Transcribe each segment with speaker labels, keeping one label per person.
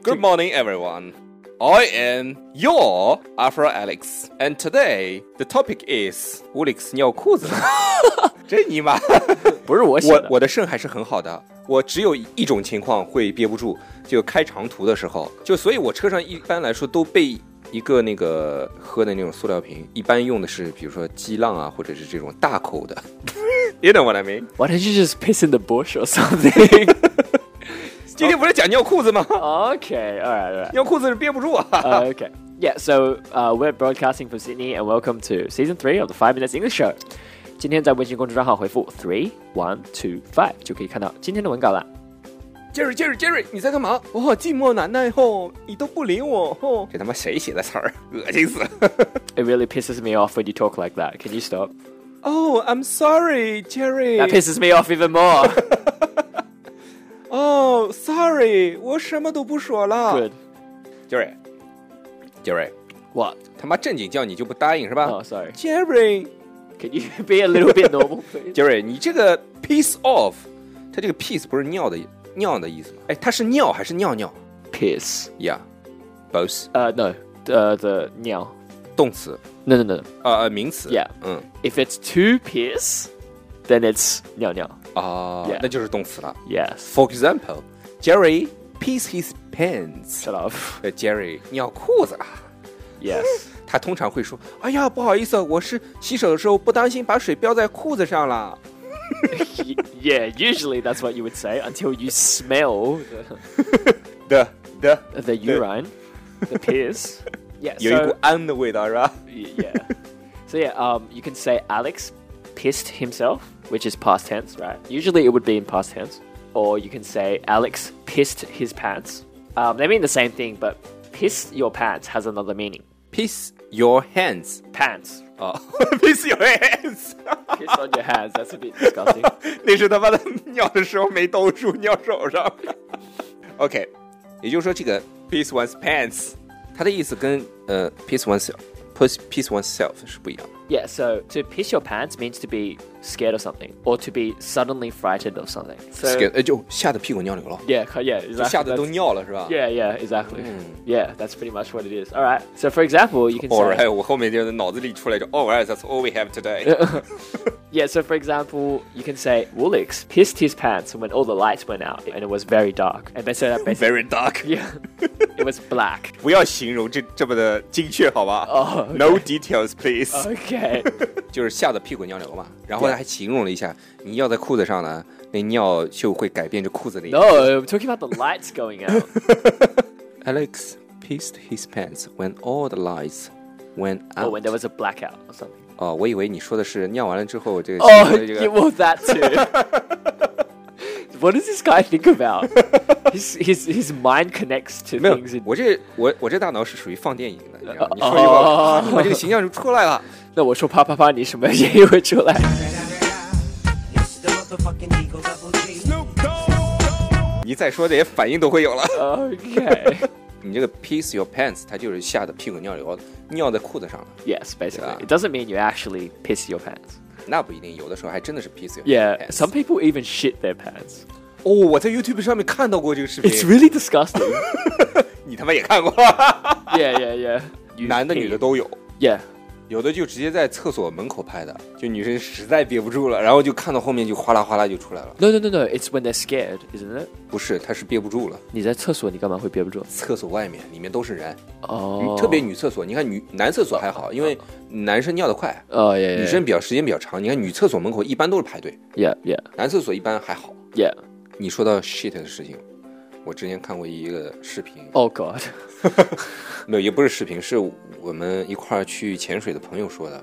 Speaker 1: Good morning, everyone. I am your Afro Alex, and today the topic is 乌里克斯尿裤子。这你妈！
Speaker 2: 不是我写
Speaker 1: 我
Speaker 2: 的，
Speaker 1: 我的肾还是很好的，我只有一种情况会憋不住，就开长途的时候，就所以我车上一般来说都备一个那个喝的那种塑料瓶，一般用的是比如说激浪啊，或者是这种大口的。You know what I mean？
Speaker 2: Why don't you just piss in the bush or something?
Speaker 1: 今天不是讲尿裤子吗？
Speaker 2: okay, all right, all right.
Speaker 1: 尿裤子是憋不住啊。
Speaker 2: Uh, okay. Yeah, so uh, we're broadcasting from Sydney, and welcome to season three of the Five Minutes English Show. 今天在微信公众账号回复 three one two five 就可以看到今天的文稿了。
Speaker 1: Jerry Jerry Jerry，你在干嘛？我好寂寞难耐吼，你都不理我哦吼。这他妈谁写的词儿？恶心死
Speaker 2: It really pisses me off when you talk like that. Can you stop?
Speaker 1: ！Oh, I'm sorry,
Speaker 2: That
Speaker 1: Jerry.
Speaker 2: pisses me off even more.
Speaker 1: 哦、s o r r y 我什么都不说了。
Speaker 2: Good.
Speaker 1: Jerry Jerry，
Speaker 2: What?
Speaker 1: 他妈正经叫你就不答应是吧、
Speaker 2: Oh, sorry.
Speaker 1: Jerry
Speaker 2: Can you be a little bit normal, please?
Speaker 1: Jerry，你这个 piece of，它这个 piece 不是尿的尿的意思吗？哎，它是尿还是尿尿
Speaker 2: Piss.
Speaker 1: ？Yeah，both
Speaker 2: Uh, no. Uh, the 尿。
Speaker 1: 动词
Speaker 2: No, no, no.
Speaker 1: 啊呃名词。
Speaker 2: Yeah.
Speaker 1: 嗯
Speaker 2: If it's two piss, then it's 尿尿。
Speaker 1: 啊
Speaker 2: Yeah
Speaker 1: 那就是动词了。
Speaker 2: Yes.
Speaker 1: For example, Jerry pees his pants.
Speaker 2: Shut up.
Speaker 1: 呃，Jerry 尿裤子了。啊
Speaker 2: Yes.
Speaker 1: 他通常会说：“哎呀，不好意思，我是洗手的时候不当心把水飙在裤子上了。
Speaker 2: Y- yeah, usually that's what you would say until you smell the, ”
Speaker 1: 的的，
Speaker 2: the urine, the piss. Yeah,
Speaker 1: 有一股
Speaker 2: so,
Speaker 1: 氨的味道是吧
Speaker 2: y- yeah. So yeah, um, you can say Alex pissed himself, which is past tense, right? Usually it would be in past tense. Or you can say Alex pissed his pants. Um, they mean the same thing, but piss your pants has another meaning.
Speaker 1: ？Piss your hands
Speaker 2: Pants.
Speaker 1: 啊 ，piss your hands，
Speaker 2: Piss on your hands. That's a bit disgusting.
Speaker 1: 那是他妈的尿的时候没兜住，尿手上。OK，也就是说这个 piss one's pants，它的意思跟呃 piss oneself，piss piss oneself 是不一样的。
Speaker 2: Yeah, so to piss your pants means to be scared of something or to be suddenly frightened of something. So,
Speaker 1: Scared- 呃，就吓得屁滚尿流了。
Speaker 2: Yeah, ki- yeah,
Speaker 1: 就
Speaker 2: exactly.
Speaker 1: 吓得都
Speaker 2: That's-
Speaker 1: 尿了是吧
Speaker 2: Yeah, yeah, exactly. Yeah, that's pretty much what it is. All right. So, for example, you can
Speaker 1: Hmm. ？All
Speaker 2: say.
Speaker 1: right，我后面就是脑子里出来就 All right, that's all we have today。
Speaker 2: Yeah, so for example, you can say Woolix pissed his pants when all the lights went out and it was very dark. And they said that basically.
Speaker 1: Very dark，
Speaker 2: yeah, it was black.
Speaker 1: 不要形容这这么的精确好吧
Speaker 2: 哦，OK
Speaker 1: No details,
Speaker 2: Oh
Speaker 1: please。
Speaker 2: Okay.
Speaker 1: 就是吓得屁滚尿流嘛，然后他还形容了一下，你尿在裤子上呢，那尿就会改变这裤子的。
Speaker 2: No, I'm talking about the lights going out.
Speaker 1: Alex pissed his pants when all the lights went out。
Speaker 2: or when there was a blackout or something.
Speaker 1: 哦，我以为你说的是尿完了之后这个
Speaker 2: Oh,
Speaker 1: 形 容的这
Speaker 2: you
Speaker 1: 个
Speaker 2: want that too? what does this guy think about? his, his, his mind connects to
Speaker 1: 没有
Speaker 2: things in-，
Speaker 1: 我这我我这大脑是属于放电影的，你知道吗？你说一会儿，
Speaker 2: 哦
Speaker 1: 啊我这个形象就出来了。
Speaker 2: 那我说啪啪啪，你什么也会出来。
Speaker 1: 你再说这些反应都会有了。
Speaker 2: Okay.
Speaker 1: 你这个 piss your pants，它就是吓得屁滚尿流，尿在裤子上了。
Speaker 2: yes, basically,
Speaker 1: Yeah.
Speaker 2: it doesn't mean you actually piss your pants.
Speaker 1: 那不一定，有的时候还真的是 piss your
Speaker 2: Yeah,
Speaker 1: pants。
Speaker 2: some people even shit their pants.
Speaker 1: 哦，我在 YouTube 上面看到过这个视频
Speaker 2: It's really disgusting.
Speaker 1: 你他妈也看过？
Speaker 2: yeah, yeah, yeah. You
Speaker 1: 男的
Speaker 2: pee.
Speaker 1: 女的都有，
Speaker 2: Yeah.
Speaker 1: 有的就直接在厕所门口拍的，就女生实在憋不住了，然后就看到后面就哗啦哗啦就出来了。
Speaker 2: No, no, no, no. It's when they're scared, isn't it?
Speaker 1: 不是，她是憋不住了，
Speaker 2: 你在厕所，你干嘛会憋不住？
Speaker 1: 厕所外面里面都是人，
Speaker 2: 哦，
Speaker 1: 特别女厕所，你看女男厕所还好，因为男生尿得快，
Speaker 2: 哦，yeah, yeah,
Speaker 1: 女生比较时间比较长。你看女厕所门口一般都是排队，
Speaker 2: yeah, yeah,
Speaker 1: 男厕所一般还好。
Speaker 2: yeah.
Speaker 1: 你说到 shit 的事情，我之前看过一个视频，
Speaker 2: Oh god.
Speaker 1: 没有，也不是视频，是我们一块儿去潜水的朋友说的。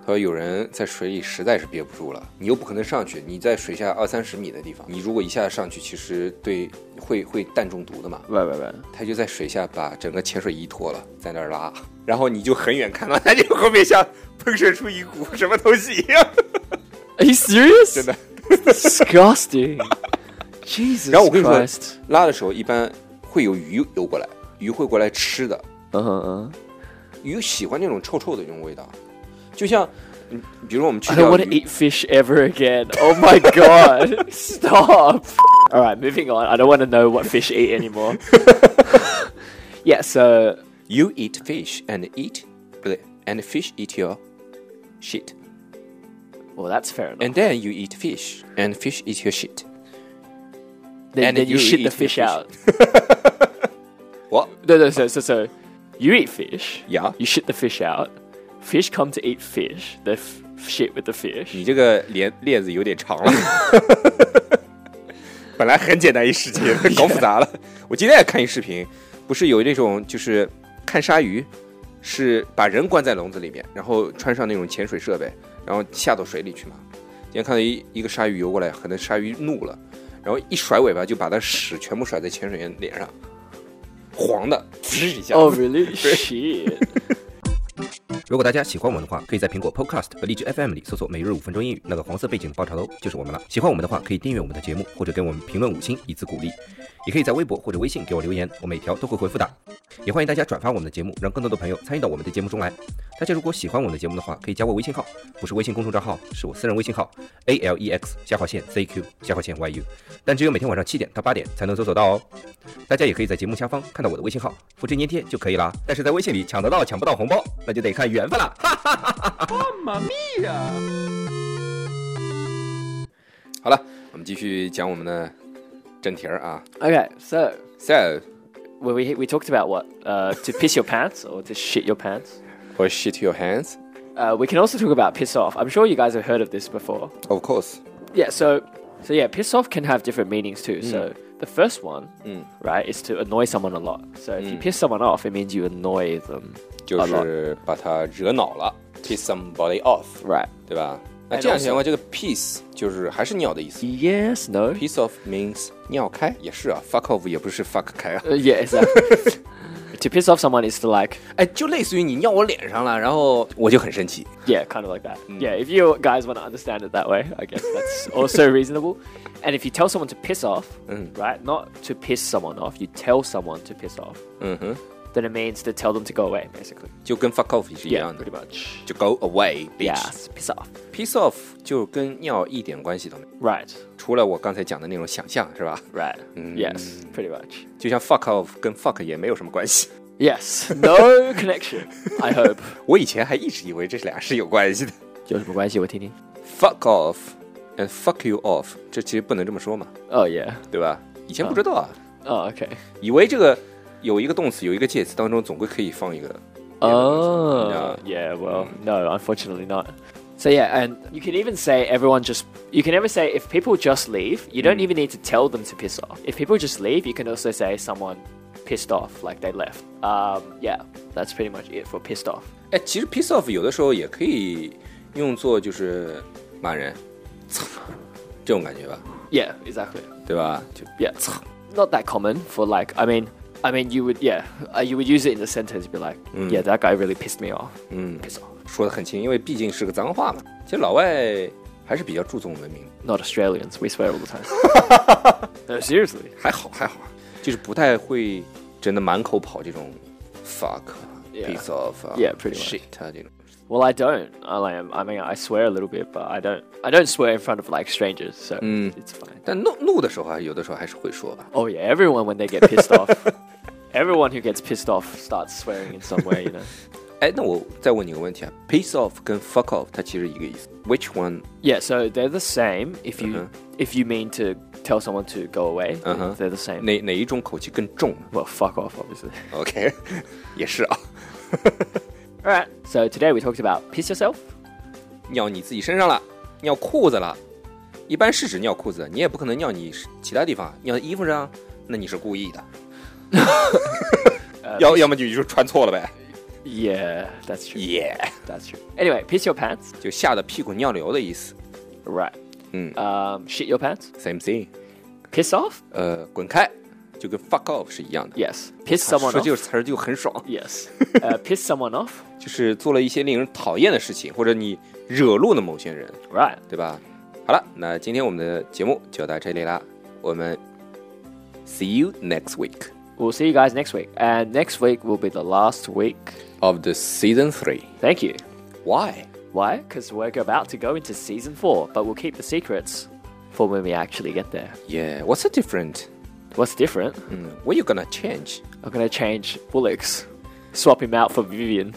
Speaker 1: 他说有人在水里实在是憋不住了，你又不可能上去，你在水下二三十米的地方，你如果一下上去，其实对会会氮中毒的嘛。
Speaker 2: Right, right, right.
Speaker 1: 他就在水下把整个潜水衣脱了，在那儿拉，然后你就很远看到他就后面像喷射出一股什么东西一样。
Speaker 2: Are you serious?
Speaker 1: 真的。
Speaker 2: Disgusting. Jesus
Speaker 1: 然后我跟你说
Speaker 2: Christ.
Speaker 1: 拉的时候一般会有鱼游过来，鱼会过来吃的，
Speaker 2: 嗯哼嗯
Speaker 1: 鱼喜欢那种臭臭的那种味道，就像，嗯比如我们去
Speaker 2: I don't
Speaker 1: 钓
Speaker 2: want to
Speaker 1: 鱼
Speaker 2: eat，fish ever again. Oh my god. Stop. All right, moving on. I don't want to know what fish eat anymore. yeah, so
Speaker 1: You eat fish and eat，不对，and fish eat your shit，and
Speaker 2: well, that's fair enough.
Speaker 1: then you eat fish and fish eat your shit。
Speaker 2: then,
Speaker 1: and
Speaker 2: then you,
Speaker 1: you
Speaker 2: shit
Speaker 1: eat
Speaker 2: the
Speaker 1: the
Speaker 2: fish,
Speaker 1: fish.
Speaker 2: out.
Speaker 1: What?
Speaker 2: No, no. So, so, so, you eat fish.
Speaker 1: Yeah.
Speaker 2: You shit the fish out. Fish come to eat fish. They f- shit with the fish.
Speaker 1: 你这个链链子有点长了。本来很简单一事情，搞复杂了。我今天也看一视频，不是有那种就是看鲨鱼，是把人关在笼子里面，然后穿上那种潜水设备，然后下到水里去嘛。今天看到一一个鲨鱼游过来，可能鲨鱼怒了，然后一甩尾巴就把它屎全部甩在潜水员脸上，黄的，呲一下。
Speaker 2: Oh, really? shit.
Speaker 3: 如果大家喜欢我们的话，可以在苹果 Podcast 和荔枝 FM 里搜索“每日五分钟英语”，那个黄色背景的爆炒头就是我们了。喜欢我们的话，可以订阅我们的节目，或者给我们评论五星以资鼓励。也可以在微博或者微信给我留言，我每条都会回复的。也欢迎大家转发我们的节目，让更多的朋友参与到我们的节目中来。大家如果喜欢我们的节目的话，可以加我微信号，不是微信公众账号，是我私人微信号 a l e x 下划线 z q 下划线 y u，但只有每天晚上七点到八点才能搜索到哦。大家也可以在节目下方看到我的微信号，复制粘贴就可以啦。但是在微信里抢得到抢不到红包，那就得看缘分了。
Speaker 1: 好了，我们继续讲我们的正题儿啊。
Speaker 2: Okay, so
Speaker 1: So,
Speaker 2: well, we we talked about what uh, to piss your pants or to shit your pants.
Speaker 1: or shit your hands,
Speaker 2: Uh, we can also talk about piss off. I'm sure you guys have heard of this before.
Speaker 1: of course.
Speaker 2: Yeah, so so yeah, piss off can have different meanings too. So the first one, right, is to annoy someone a lot. So if you piss someone off, it means you annoy them
Speaker 1: 就
Speaker 2: a lot.
Speaker 1: 是把他惹恼了，piss somebody off，
Speaker 2: Right.
Speaker 1: 对吧？那
Speaker 2: And
Speaker 1: 这样想的话，这个 piece 就是还是尿的意思。
Speaker 2: Yes, no.
Speaker 1: piece off means 尿开，也是啊，fuck off 也不是 fuck 开啊，
Speaker 2: Uh, yeah, exactly. to piss off someone is to like,
Speaker 1: 哎，就类似于你尿我脸上了，然后我就很生气。
Speaker 2: yeah, kind of like that. Yeah, if you guys want to understand it that way, I guess that's also reasonable. And if you tell someone to piss off, right, not to piss someone off, you tell someone to piss off,
Speaker 1: 嗯哼，
Speaker 2: then it means to tell them to go away, basically.
Speaker 1: 就跟 fuck off 是一
Speaker 2: Yeah,
Speaker 1: 样的
Speaker 2: pretty，much.
Speaker 1: 就 go away bitch。
Speaker 2: Yes, piss off.
Speaker 1: piece off 就跟尿一点关系都没有，
Speaker 2: Right,
Speaker 1: 除了我刚才讲的那种想象是吧？
Speaker 2: right. Yes, pretty much.
Speaker 1: 就像 fuck off 跟 fuck 也没有什么关系。
Speaker 2: Yes, no connection. I hope.
Speaker 1: 我以前还一直以为这俩是有关系的。
Speaker 2: 有什么关系？我听听。
Speaker 1: fuck off and fuck you off，这其实不能这么说嘛，
Speaker 2: Oh yeah.
Speaker 1: 对吧？以前不知道啊，
Speaker 2: Oh okay.
Speaker 1: 以为这个有一个动词，有一个介词当中总归可以放一个。
Speaker 2: Oh
Speaker 1: Yeah.
Speaker 2: yeah. Well, no, unfortunately not. So yeah, and you can even say everyone just. You can ever say if people just leave, you don't even need to tell them to piss off. If people just leave, you can also say someone pissed off, like they left. Um, yeah, that's pretty much it for pissed off.
Speaker 1: 哎，其实 piece off 有的时候也可以用作就是骂人，操，这种感觉吧，
Speaker 2: Yeah, exactly.
Speaker 1: 对吧？就
Speaker 2: Yeah, not that common for like. I mean, I mean, you would yeah, uh, you would use it in a sentence. Be like, yeah, that guy really pissed me off.
Speaker 1: 嗯
Speaker 2: Piss off.
Speaker 1: 说的很轻，因为毕竟是个脏话嘛。其实老外还是比较注重文明，
Speaker 2: Not Australians. We swear all the time. no, seriously.
Speaker 1: 还好还好，就是不太会真的满口跑这种 fuck 啊、
Speaker 2: Yeah.
Speaker 1: piece off 啊、
Speaker 2: Yeah, pretty much.
Speaker 1: shit 啊这种。
Speaker 2: Well, I don't. I like, I mean, I swear a little bit, but I don't. I don't swear in front of like strangers, so it's fine.
Speaker 1: 但怒怒的时候啊，有的时候还是会说吧。
Speaker 2: Oh yeah, everyone when they get pissed off, everyone who gets pissed off starts swearing in some way, you know.
Speaker 1: 哎，那我再问你个问题啊，piece off 跟 fuck off 它其实一个意思，which one？
Speaker 2: Yeah, so they're the same. If you
Speaker 1: Uh-huh.
Speaker 2: if you mean to tell someone to go away,
Speaker 1: Uh-huh.
Speaker 2: they're the same.
Speaker 1: 哪哪一种口气更重呢
Speaker 2: well, fuck off, obviously.
Speaker 1: ？OK，也是啊，
Speaker 2: All right. So today we talked about piss yourself.
Speaker 1: 尿你自己身上了，尿裤子了，一般是指尿裤子，你也不可能尿你其他地方，尿衣服上，啊那你是故意的。 要要么你就穿错了呗，
Speaker 2: Yeah, that's true.
Speaker 1: 耶、
Speaker 2: That's true. Anyway, piss your pants.
Speaker 1: 就吓得屁滚尿流的意思。
Speaker 2: Right.
Speaker 1: 嗯
Speaker 2: Um, shit your pants.
Speaker 1: ，same thing，
Speaker 2: Piss off.
Speaker 1: 呃，滚开，就跟 fuck off 是一样的。
Speaker 2: Yes. Piss someone
Speaker 1: 说
Speaker 2: off.
Speaker 1: 这个 词儿就很爽，
Speaker 2: Yes. Uh, piss someone off.
Speaker 1: 就是做了一些令人讨厌的事情，或者你惹怒了某些人，
Speaker 2: Right.
Speaker 1: 对吧？好了，那今天我们的节目就到这里啦，我们 see you next week
Speaker 2: We'll see you guys next week. And next week will be the last week.
Speaker 1: of the season three.
Speaker 2: Thank you.
Speaker 1: Why?
Speaker 2: Why? Because we're about to go into season four, but we'll keep the secrets for when we actually get there.
Speaker 1: Yeah, what's the different?
Speaker 2: What's different?
Speaker 1: Mm, what you gonna change?
Speaker 2: I'm gonna change Bullocks, swap him out for Vivian.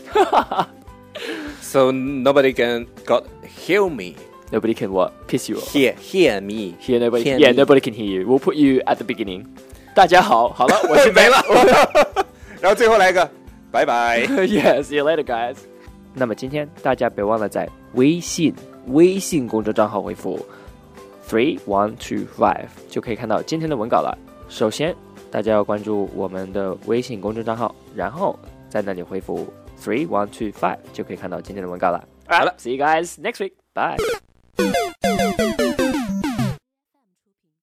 Speaker 1: So nobody can got hear me.
Speaker 2: Nobody can what? Piss you off.
Speaker 1: Hear hear me.
Speaker 2: Hear nobody.
Speaker 1: Hear
Speaker 2: yeah,
Speaker 1: me.
Speaker 2: nobody can hear you. We'll put you at the beginning. 大家好，好了，我是
Speaker 1: 没了。 然后最后来一个，拜拜。
Speaker 2: yeah, see you later, guys. 那么今天大家别忘了在微信微信公众账号回复 three one two five 就可以看到今天的文稿了。首先，大家要关注我们的微信公众账号，然后在那里回复 three one two five 就可以看到今天的文稿了。好了，see you guys next week. Bye.